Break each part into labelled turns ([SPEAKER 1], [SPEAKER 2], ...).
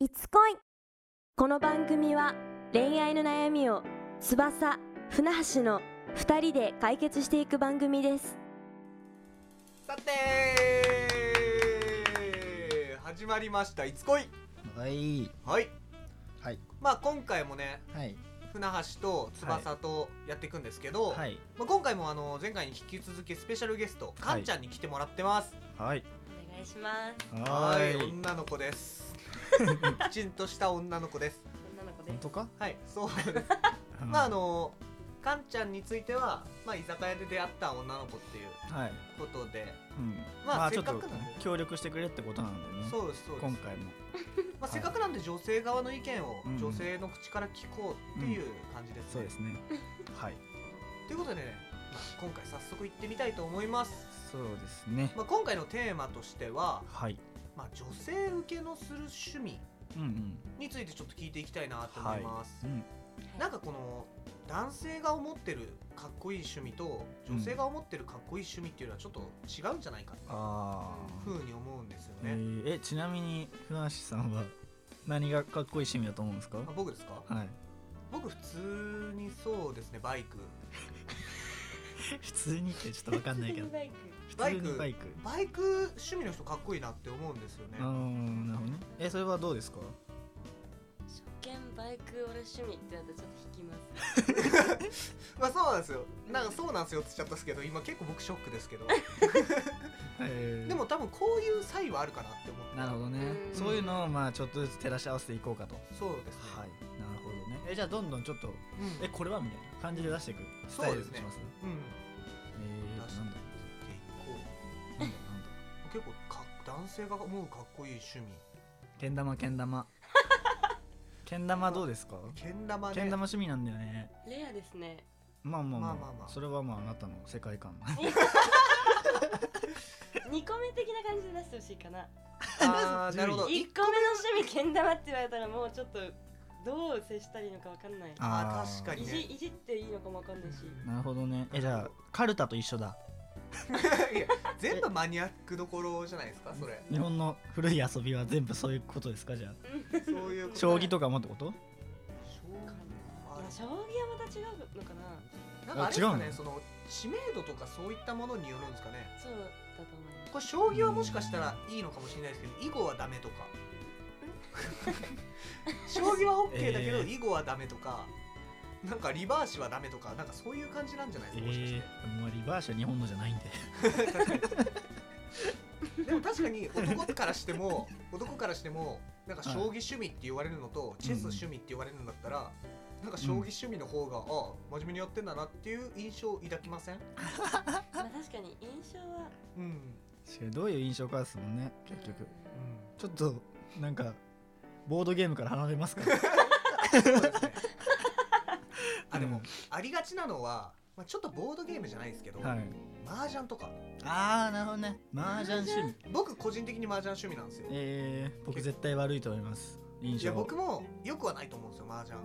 [SPEAKER 1] いつ恋この番組は恋愛の悩みを翼船橋の2人で解決していく番組です
[SPEAKER 2] さて始まりました「いつこい
[SPEAKER 3] はい」
[SPEAKER 2] はい
[SPEAKER 3] はい
[SPEAKER 2] まあ今回もね
[SPEAKER 3] はい
[SPEAKER 2] 船橋と翼とやっていくんですけど、
[SPEAKER 3] はい
[SPEAKER 2] まあ、今回もあの前回に引き続きスペシャルゲストかんちゃんに来てもらってます
[SPEAKER 3] はい
[SPEAKER 1] お願いします
[SPEAKER 2] はい
[SPEAKER 3] はーい
[SPEAKER 2] 女の子です きちんとした女の子です
[SPEAKER 1] 女の子
[SPEAKER 3] 本当か
[SPEAKER 2] はいそうですまああのかんちゃんについては、まあ、居酒屋で出会った女の子っていう
[SPEAKER 3] はい
[SPEAKER 2] ことで
[SPEAKER 3] うん
[SPEAKER 2] まあ
[SPEAKER 3] ち
[SPEAKER 2] せ
[SPEAKER 3] ょ
[SPEAKER 2] っ
[SPEAKER 3] っ
[SPEAKER 2] か
[SPEAKER 3] と
[SPEAKER 2] くなんでね
[SPEAKER 3] 協力してくれってことなんでね
[SPEAKER 2] そうですそうです
[SPEAKER 3] 今回も
[SPEAKER 2] まあ、せっかくなんで女性側の意見を
[SPEAKER 3] うん
[SPEAKER 2] 女性の口から聞こうっていう感じですね。
[SPEAKER 3] そうで すねはい
[SPEAKER 2] ということでね、まあ今回早速行ってみたいと思います。
[SPEAKER 3] そうですね
[SPEAKER 2] まあ、今回のテーマとしては、
[SPEAKER 3] はい
[SPEAKER 2] まあ、女性受けのする趣味
[SPEAKER 3] うんうん
[SPEAKER 2] についてちょっと聞いていきたいなと思います。
[SPEAKER 3] うん
[SPEAKER 2] なんかこの男性が思ってるかっこいい趣味と女性が思ってるかっこいい趣味っていうのはちょっと違うんじゃないかって
[SPEAKER 3] あ
[SPEAKER 2] ふうに思うんですよ
[SPEAKER 3] ーえ
[SPEAKER 2] ね。
[SPEAKER 3] ーえちなみに船橋さんは何がかっこいい趣味だと思うんですか
[SPEAKER 2] あ僕ですか
[SPEAKER 3] はい
[SPEAKER 2] 僕普通にそうですね、バイク。
[SPEAKER 3] 普通にってちょっとわかんないけど 普
[SPEAKER 2] バ
[SPEAKER 3] 通
[SPEAKER 2] イク
[SPEAKER 3] にバイク
[SPEAKER 2] バイク趣味の人かっこいいなって思うんですよね
[SPEAKER 3] あ。ーなるほどねえそれはどうですか
[SPEAKER 4] 初見バイク俺趣味ってなったらちょっと引きます
[SPEAKER 2] まあそうなんですよなんかそうなんですよって言っちゃったんですけど今結構僕ショックですけど
[SPEAKER 3] えー
[SPEAKER 2] でも多分こういう際はあるかなって思って
[SPEAKER 3] なるほどね
[SPEAKER 4] うん
[SPEAKER 3] そういうのをまあちょっとずつ照らし合わせていこうかと
[SPEAKER 2] そうですね、
[SPEAKER 3] はい、なるほどね。え、じゃあどんどんちょっと、
[SPEAKER 2] うん
[SPEAKER 3] え、これはみたいな感じで出していくスタイルにします。
[SPEAKER 2] うん
[SPEAKER 3] えー、
[SPEAKER 2] 出し
[SPEAKER 3] なんだ、なんだ、なんだ。
[SPEAKER 2] 結構結構か男性が思うかっこいい趣味
[SPEAKER 3] けん玉、け ん玉。けん玉どうですか。
[SPEAKER 2] けん玉ね
[SPEAKER 3] けん玉 趣味なんだよね。
[SPEAKER 4] レアですね
[SPEAKER 3] まあまあま
[SPEAKER 2] ま
[SPEAKER 3] あ、
[SPEAKER 2] あまあまあ
[SPEAKER 3] それはまあ、あなたの世 界観。
[SPEAKER 4] 2個目的な感じで出してほしいかな
[SPEAKER 2] あーなるほど
[SPEAKER 4] 1個目の趣味けん玉って言われたらもうちょっとどう接したらいいのかわかんない
[SPEAKER 2] あー確かに
[SPEAKER 4] いじいじっていいのかもわかんないし
[SPEAKER 3] なるほどね。え、じゃあ、カルタと一緒だ。
[SPEAKER 2] いや全部マニアックどころじゃないですかそれ
[SPEAKER 3] 日本の古い遊びは全部そういうことですか、じゃあ。
[SPEAKER 2] そういうこと
[SPEAKER 3] 将棋とかもってこと。
[SPEAKER 4] まあ
[SPEAKER 2] 将
[SPEAKER 4] 将棋はまた違うのかな
[SPEAKER 2] 棋なんかあれですか
[SPEAKER 3] あ違う
[SPEAKER 2] ね
[SPEAKER 3] の
[SPEAKER 2] その知名度とかそういったものによるんですかね
[SPEAKER 4] そうだと思います
[SPEAKER 2] これ将棋はもしかしたらいいのかもしれないですけど囲碁はダメとか将棋は OK だけど
[SPEAKER 3] えー
[SPEAKER 2] 囲碁はダメとか、なんかリバーシはダメとかなんかそういう感じなんじゃない
[SPEAKER 3] え
[SPEAKER 2] ですかもしかし
[SPEAKER 3] ー、もうリバーシは日本のじゃないんで。
[SPEAKER 2] て、でも確かに男からしても男からしてもなんか将棋趣味って言われるのとチェス趣味って言われるんだったら、なんか将棋趣味の方が、あ真面目にやってんだなっていう印象を抱きません、
[SPEAKER 4] まあ確かに印象は
[SPEAKER 2] うんうん、
[SPEAKER 3] 確かにどういう印象かですもんね、結局。ちょっとなんかボードゲームから離れますか
[SPEAKER 2] そうですね あで
[SPEAKER 3] う
[SPEAKER 2] も
[SPEAKER 3] ん
[SPEAKER 2] ありがちなのは、まあ、ちょっとボードゲームじゃないですけど、
[SPEAKER 3] はい
[SPEAKER 2] 麻雀とか
[SPEAKER 3] ああなるほどね麻雀趣味
[SPEAKER 2] 僕個人的に麻雀趣味なんですよ
[SPEAKER 3] えー、僕絶対悪いと思います印
[SPEAKER 2] い
[SPEAKER 3] 象
[SPEAKER 2] や僕もよくはないと思うんですよ麻雀
[SPEAKER 3] お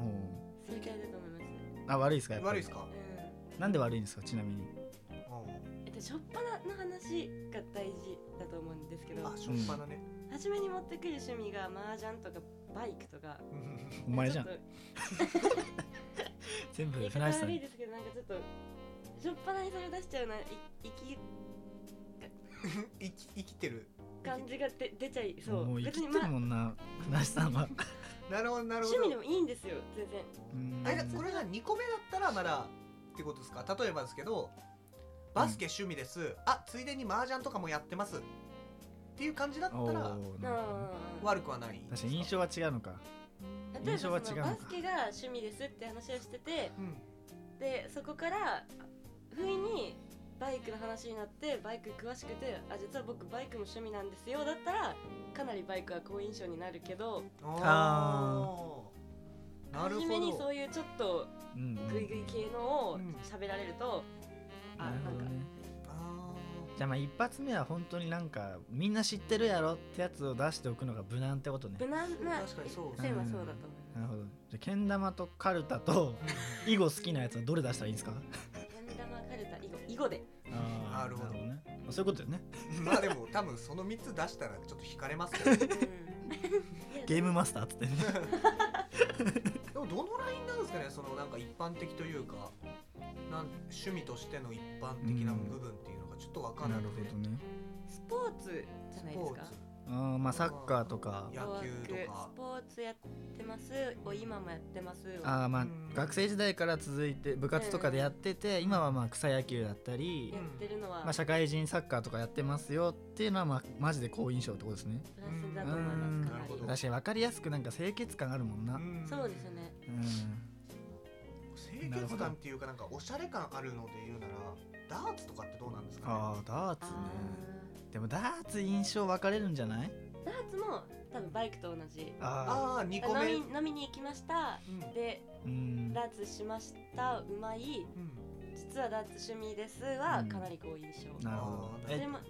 [SPEAKER 3] ー
[SPEAKER 4] 正解だと思います
[SPEAKER 3] あ悪いですかやっぱ
[SPEAKER 2] 悪い
[SPEAKER 3] り
[SPEAKER 2] ですか
[SPEAKER 4] う
[SPEAKER 3] なんで悪いんですかちなみ
[SPEAKER 2] う
[SPEAKER 3] に
[SPEAKER 2] ん
[SPEAKER 4] んえっとしょっぱなの話が大事だと思うんですけど
[SPEAKER 2] あしょっぱなね
[SPEAKER 4] 初めに持ってくる趣味が麻雀とかバイクとか
[SPEAKER 3] お前じゃん
[SPEAKER 4] ちょっと
[SPEAKER 3] 全部
[SPEAKER 4] 言い方
[SPEAKER 3] 船橋さん
[SPEAKER 4] 悪い
[SPEAKER 3] に
[SPEAKER 4] ですけどなんかちょっとしょっぱなにそれを出しちゃうないき
[SPEAKER 2] 生き生きてる
[SPEAKER 4] 感じがで出ちゃいそう
[SPEAKER 3] もう生
[SPEAKER 4] 別に
[SPEAKER 3] きて
[SPEAKER 4] ま
[SPEAKER 3] る
[SPEAKER 4] あ
[SPEAKER 3] もんな船橋さんは
[SPEAKER 2] なるほどなるほ
[SPEAKER 4] 趣味で
[SPEAKER 2] ど
[SPEAKER 4] もいいんですよ全然
[SPEAKER 3] うん
[SPEAKER 2] あれだこれが2個目だったらまだってことですか例えばですけどバスケ趣味です、あついでに麻雀とかもやってますっていう感じだった
[SPEAKER 3] おーなる
[SPEAKER 2] ら
[SPEAKER 3] ほどね
[SPEAKER 4] うん
[SPEAKER 2] 悪くはない
[SPEAKER 3] 確かに印象は違うのか
[SPEAKER 4] 例えば
[SPEAKER 3] 印
[SPEAKER 4] そ
[SPEAKER 3] 象
[SPEAKER 4] の
[SPEAKER 3] は
[SPEAKER 4] バ
[SPEAKER 3] 違うのか
[SPEAKER 4] スケが趣味ですって話をしてて
[SPEAKER 2] うん
[SPEAKER 4] でそこから不意にバイクの話になってバイク詳しくてあ実は僕バイクも趣味なんですよだったらかなりバイクは好印象になるけど
[SPEAKER 2] あーなる
[SPEAKER 4] 初
[SPEAKER 2] ほ
[SPEAKER 4] めに
[SPEAKER 2] ど
[SPEAKER 4] そういうちょっと
[SPEAKER 3] うんうん
[SPEAKER 4] グイグイ系のを
[SPEAKER 2] うん
[SPEAKER 4] 喋られると、あ
[SPEAKER 3] なる
[SPEAKER 4] な
[SPEAKER 3] ほ
[SPEAKER 4] ん
[SPEAKER 3] ど
[SPEAKER 4] か
[SPEAKER 3] ね
[SPEAKER 2] あ
[SPEAKER 3] じゃあまあ一発目は本当になんかみんな知ってるやろってやつを出しておくのが無難ってことね
[SPEAKER 4] 無難な
[SPEAKER 2] 確かにそう
[SPEAKER 4] 線はそうだと思い
[SPEAKER 3] なるほどじゃあけん玉とカル タと
[SPEAKER 2] ー
[SPEAKER 3] 囲碁好きなやつはどれ出したらいいんですか
[SPEAKER 4] ます。ヤンダマカルタ囲碁囲碁で。
[SPEAKER 3] あー
[SPEAKER 2] なるほど
[SPEAKER 3] ね、まあそういうことだよね
[SPEAKER 2] まあでも多分その3つ出したらちょっと引かれますけど
[SPEAKER 4] うん
[SPEAKER 3] ゲームマスターっつってね
[SPEAKER 2] でもどのラインなんですかねそのなんか一般的というかなん趣味としての一般的な部分っていうのがちょっとわかんなくて、
[SPEAKER 3] ね
[SPEAKER 4] スポーツじゃないですか
[SPEAKER 2] ス
[SPEAKER 3] あーまあサッカーとか
[SPEAKER 2] 野球とか
[SPEAKER 4] スポーツやってますを今もやってますを
[SPEAKER 3] あーま
[SPEAKER 2] う
[SPEAKER 3] あ
[SPEAKER 2] ん
[SPEAKER 3] 学生時代から続いて部活とかでやってて今はまあ草野球だったり
[SPEAKER 4] やってるのは
[SPEAKER 3] まあ社会人サッカーとかやってますよっていうのはまあマジで好印象ってことですね
[SPEAKER 4] プラスだと思いますかな
[SPEAKER 2] うん
[SPEAKER 4] り
[SPEAKER 3] 確かに分かりやすくなんか清潔感あるもんな
[SPEAKER 2] うん
[SPEAKER 4] そうですね
[SPEAKER 3] うん
[SPEAKER 2] 清潔感っていうかなんかおしゃれ感あるので言うならダーツとかってどうなんですか
[SPEAKER 3] あ
[SPEAKER 2] ね
[SPEAKER 3] ーダーツね
[SPEAKER 4] あ
[SPEAKER 3] でもダーツ印象分かれるんじゃない
[SPEAKER 4] ーダーツも多分バイクと同じ
[SPEAKER 3] あ
[SPEAKER 2] ああ2個
[SPEAKER 4] 飲
[SPEAKER 2] 目
[SPEAKER 4] み飲みに行きました
[SPEAKER 2] うん
[SPEAKER 4] で
[SPEAKER 3] ーうん
[SPEAKER 4] ダーツしましたうまい
[SPEAKER 2] うん
[SPEAKER 4] 実はダーツ趣味ですは
[SPEAKER 3] うん
[SPEAKER 4] かなり好印象、
[SPEAKER 3] なるほど
[SPEAKER 2] あー
[SPEAKER 4] そ
[SPEAKER 3] え
[SPEAKER 4] れも2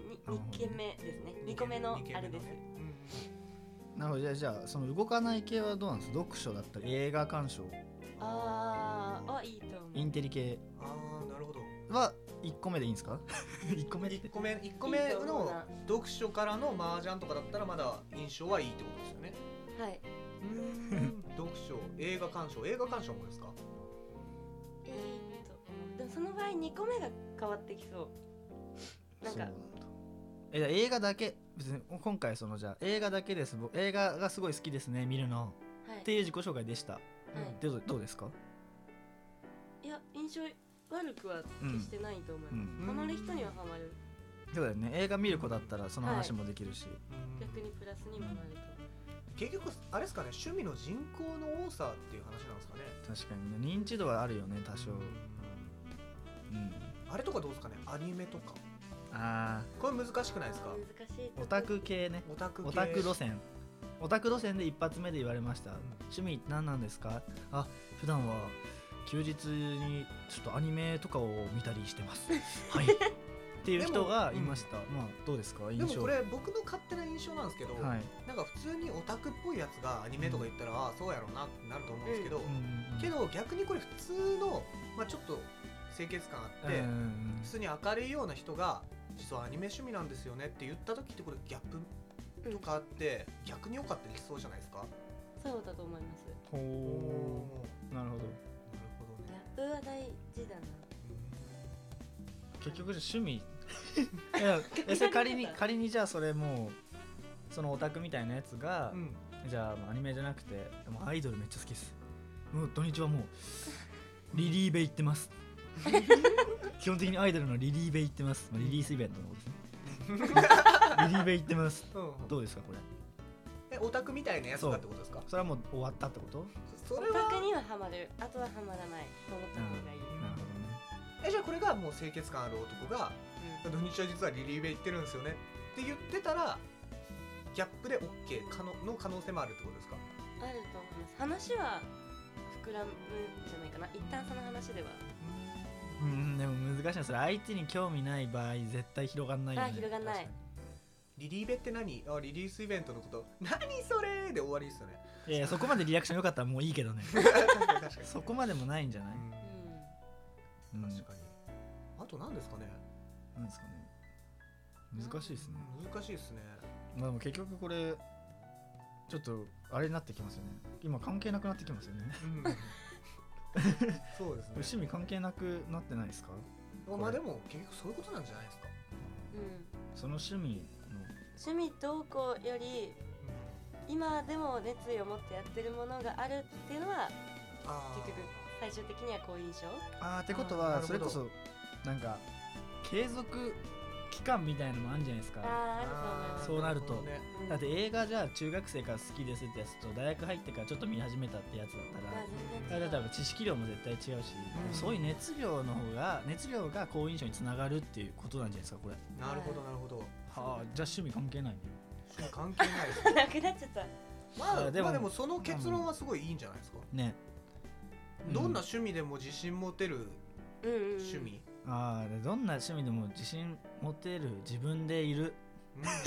[SPEAKER 4] 軒目ですね2個目のあれです、
[SPEAKER 2] 二軒目のね
[SPEAKER 3] なるほどじゃあじゃあその動かない系はどうなんですか読書だったり映画鑑賞
[SPEAKER 2] うん
[SPEAKER 4] あーあいいと思う
[SPEAKER 3] インテリ系
[SPEAKER 2] あーなるほど
[SPEAKER 3] は1個目でいいんですか 一個目って
[SPEAKER 2] 1個目一個
[SPEAKER 4] いい
[SPEAKER 2] 目
[SPEAKER 4] と思う
[SPEAKER 2] の
[SPEAKER 4] な
[SPEAKER 2] 読書からの麻雀とかだったらまだ印象はいいってことですよね
[SPEAKER 4] はい、
[SPEAKER 2] うん読書映画鑑賞映画鑑賞もですか
[SPEAKER 4] えー、とでもその場合2個目が変わってきそうなん
[SPEAKER 3] そう
[SPEAKER 4] か
[SPEAKER 3] なんだえじゃあ映画だけ別に今回そのじゃあ映画だけです僕映画がすごい好きですね見るの
[SPEAKER 4] はい
[SPEAKER 3] っていう自己紹介でした
[SPEAKER 4] はい
[SPEAKER 3] でどうどうですか
[SPEAKER 4] いや印象悪くは決してないと思います、
[SPEAKER 3] うん
[SPEAKER 2] うん
[SPEAKER 4] ハマる人にはハマる
[SPEAKER 3] そうだよね映画見る子だったらその話もできるし、
[SPEAKER 2] うん
[SPEAKER 4] 逆にプラスにもなると思う
[SPEAKER 2] 結局あれですかね趣味の人口の多さっていう話なんですかね
[SPEAKER 3] 確かにね認知度はあるよね多少、う
[SPEAKER 2] うん
[SPEAKER 3] ん、
[SPEAKER 2] あれとかどうですかねアニメとか
[SPEAKER 3] あ
[SPEAKER 2] これ難しくないですか
[SPEAKER 4] あー難しいと
[SPEAKER 3] ー
[SPEAKER 4] こ
[SPEAKER 3] オタク系ね
[SPEAKER 2] オタク系
[SPEAKER 3] オタク路線オタク路線で一発目で言われました、趣味何なんですかあ普段は休日にちょっとアニメとかを見たりしてます はいっていう人がいました、まあどうですか印
[SPEAKER 2] で
[SPEAKER 3] 象
[SPEAKER 2] もこれ僕の勝手な印象なんですけど、
[SPEAKER 3] はい、
[SPEAKER 2] なんか普通にオタクっぽいやつがアニメとか言ったら、ああそうやろうなってなると思うんですけど、
[SPEAKER 3] うん
[SPEAKER 2] けど逆にこれ普通の、まあ、ちょっと清潔感あって、
[SPEAKER 3] うん
[SPEAKER 2] 普通に明るいような人が実はアニメ趣味なんですよねって言った時ってこれギャップとかあって、逆に良かったりしそうじゃないですか
[SPEAKER 4] そうだと思います
[SPEAKER 3] ほ
[SPEAKER 2] お
[SPEAKER 3] うなるほど
[SPEAKER 2] なるほど
[SPEAKER 4] ギャ
[SPEAKER 2] ね
[SPEAKER 4] ップは大事だな
[SPEAKER 3] 結局じゃあ 趣味いやえそれ仮に仮にじゃあそれもうそのオタクみたいなやつが、
[SPEAKER 2] うん、うん
[SPEAKER 3] じゃあもうアニメじゃなくてもうアイドルめっちゃ好きですもう土日はもうリリーベ行ってます基本的にアイドルのリリーベ行ってます、まあ、リリースイベントのことですねリリーベ行ってます
[SPEAKER 2] うん
[SPEAKER 3] どうですかこれ
[SPEAKER 2] えオタクみたいなやつがってことですか
[SPEAKER 3] それはもう終わったってこと
[SPEAKER 2] そ
[SPEAKER 4] オ
[SPEAKER 2] れは
[SPEAKER 4] タクにはハマるあとはハマらないと思った方がいい、
[SPEAKER 2] うん
[SPEAKER 3] なるほ
[SPEAKER 2] えじゃあこれがもう清潔感ある男が
[SPEAKER 4] うん
[SPEAKER 2] 土日は実はリリーベ行ってるんですよねって言ってたらギャップで OK 可能の可能性もあるってことですか
[SPEAKER 4] あると思います話は膨らむんじゃないかな一旦その話では
[SPEAKER 3] どねうんでも難しいなそれ相手に興味ない場合絶対広がんないよね
[SPEAKER 4] あ広がんない
[SPEAKER 3] 確か
[SPEAKER 2] リリーベって何あリリースイベントのこと何それで終わりですよ ね
[SPEAKER 3] にいやいやそこまでリアクション良かったらもういいけどね
[SPEAKER 2] 確かに確かに
[SPEAKER 3] そこまでもないんじゃない、
[SPEAKER 4] う
[SPEAKER 3] う
[SPEAKER 2] うん
[SPEAKER 3] ん、
[SPEAKER 2] 確かにあと何ですかね
[SPEAKER 3] なんですかね難しいですね
[SPEAKER 2] 難しいですね
[SPEAKER 3] まあでも結局これちょっとあれになってきますよね今関係なくなってきますよ ね
[SPEAKER 2] うんそうですね
[SPEAKER 3] 趣味関係なくなってないですか
[SPEAKER 2] まあでも結局そういうことなんじゃないですか、
[SPEAKER 4] んうん
[SPEAKER 3] その趣味
[SPEAKER 4] 趣味どうこうより今でも熱意を持ってやってるものがあるっていうのは
[SPEAKER 2] あ
[SPEAKER 4] 結局最終的には好印象
[SPEAKER 3] のああってこと
[SPEAKER 2] あーな
[SPEAKER 3] は
[SPEAKER 2] るほど
[SPEAKER 3] それこそなんか継続期間みたいのもあるんじゃないですか
[SPEAKER 4] ああ
[SPEAKER 2] あー
[SPEAKER 4] あると
[SPEAKER 3] そうなると
[SPEAKER 2] ね
[SPEAKER 4] 思い
[SPEAKER 3] だ
[SPEAKER 4] ま
[SPEAKER 3] っ
[SPEAKER 4] す
[SPEAKER 3] て映画じゃあ中学生から好きですってやつと大学入ってからちょっと見始めたってやつだったら
[SPEAKER 4] うん
[SPEAKER 3] だから多分知識量も絶対違うし、
[SPEAKER 2] うん
[SPEAKER 3] そういう熱量の方が熱量が好印象につながるっていうことなんじゃないですかこれ
[SPEAKER 2] なるほどなるほど
[SPEAKER 3] はあじゃあ趣味関係ない
[SPEAKER 2] それ関係ないです
[SPEAKER 4] なくなっちゃった
[SPEAKER 2] まあ
[SPEAKER 3] あ
[SPEAKER 2] でも,、
[SPEAKER 3] でも
[SPEAKER 2] まあ、でもその結論はすごいいいんじゃないですか、
[SPEAKER 3] ねうん
[SPEAKER 2] どんな趣味でも自信持てる
[SPEAKER 4] うんうんうん
[SPEAKER 2] 趣味、
[SPEAKER 3] ああでどんな趣味でも自信持てる自分でいる、
[SPEAKER 2] うん、な
[SPEAKER 4] う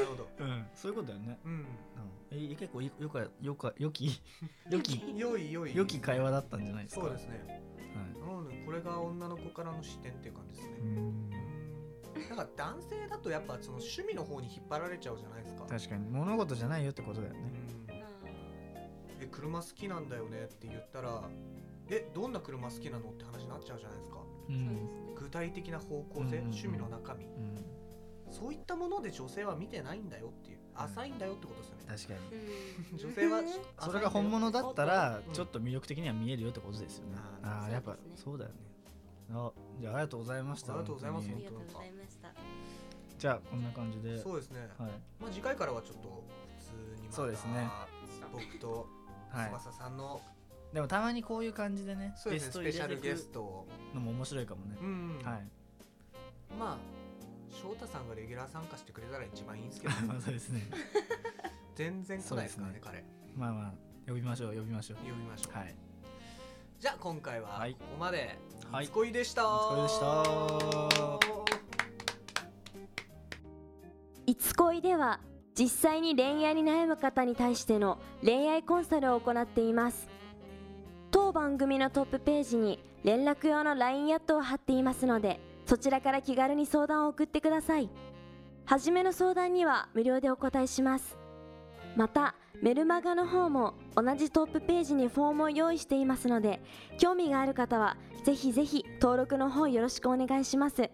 [SPEAKER 2] るほど
[SPEAKER 3] うん、そういうことだよね、
[SPEAKER 2] うん
[SPEAKER 3] うん、え結構よよかよかよ きよき
[SPEAKER 2] 良い良い
[SPEAKER 3] よき会話だったんじゃないですか
[SPEAKER 2] そうですね
[SPEAKER 3] は
[SPEAKER 2] な
[SPEAKER 3] い
[SPEAKER 2] のでこれが女の子からの視点っていう感じですね、
[SPEAKER 3] うん
[SPEAKER 2] うんなんか男性だとやっぱその趣味の方に引っ張られちゃうじゃないですか。
[SPEAKER 3] 確かに物事じゃないよってことだよ
[SPEAKER 2] う
[SPEAKER 3] ね
[SPEAKER 2] ん
[SPEAKER 4] あ
[SPEAKER 2] え車好きなんだよねって言ったらえどんな車好きなのって話になっちゃうじゃないですか
[SPEAKER 3] う
[SPEAKER 4] ーそうで
[SPEAKER 3] ん
[SPEAKER 4] すね
[SPEAKER 2] 具体的な方向
[SPEAKER 3] うんうん
[SPEAKER 2] 性、
[SPEAKER 3] うん
[SPEAKER 2] 趣味の中身
[SPEAKER 3] うん
[SPEAKER 2] そういったもので女性は見てないんだよっていう浅いんだよってことですよね、
[SPEAKER 3] 確
[SPEAKER 4] う
[SPEAKER 3] かに
[SPEAKER 4] ん
[SPEAKER 2] 女性 は
[SPEAKER 1] うん
[SPEAKER 3] それが本物だったら
[SPEAKER 2] うん
[SPEAKER 3] ちょっと魅力的には見えるよってことですよね
[SPEAKER 2] あ
[SPEAKER 4] ー
[SPEAKER 3] ああやっ
[SPEAKER 4] そ
[SPEAKER 3] ぱ
[SPEAKER 4] うですね
[SPEAKER 3] そうだよねあじゃあありがとうございました
[SPEAKER 2] ありがとうございます
[SPEAKER 4] あ
[SPEAKER 3] 本当
[SPEAKER 4] り
[SPEAKER 3] に
[SPEAKER 4] がとうございました。
[SPEAKER 3] じゃあこんな感じで
[SPEAKER 2] そうですね、
[SPEAKER 3] はい
[SPEAKER 2] まあ、次回からはちょっと普通にまた
[SPEAKER 3] そうですね
[SPEAKER 2] 僕と
[SPEAKER 3] はい
[SPEAKER 2] 翼さんの、
[SPEAKER 3] でもたまにこういう感じでね
[SPEAKER 2] そうで
[SPEAKER 3] ゲ
[SPEAKER 2] す
[SPEAKER 3] ス
[SPEAKER 2] ねスペ
[SPEAKER 3] ト入れ
[SPEAKER 2] シャ
[SPEAKER 3] て
[SPEAKER 2] ルゲ
[SPEAKER 3] く
[SPEAKER 2] ストを、
[SPEAKER 3] のも面白いかもね
[SPEAKER 2] うん
[SPEAKER 3] はい
[SPEAKER 2] まあ翔太さんがレギュラー参加してくれたら一番いいんですけど
[SPEAKER 3] まあそうですね
[SPEAKER 2] 全然来ないですからね
[SPEAKER 3] そ
[SPEAKER 2] 彼
[SPEAKER 3] まあまあ呼びましょう呼びましょう
[SPEAKER 2] 呼びましょう、
[SPEAKER 3] はい
[SPEAKER 2] じゃあ今回は
[SPEAKER 3] はい
[SPEAKER 2] ここまで、
[SPEAKER 3] はい
[SPEAKER 2] つこいでした
[SPEAKER 3] お疲れでした
[SPEAKER 1] いつ恋では実際に恋愛に悩む方に対しての恋愛コンサルを行っています当番組のトップページに連絡用の LINE アットを貼っていますのでそちらから気軽に相談を送ってください初めの相談には無料でお答えしますまたメルマガの方も同じトップページにフォームを用意していますので興味がある方はぜひぜひ登録の方よろしくお願いします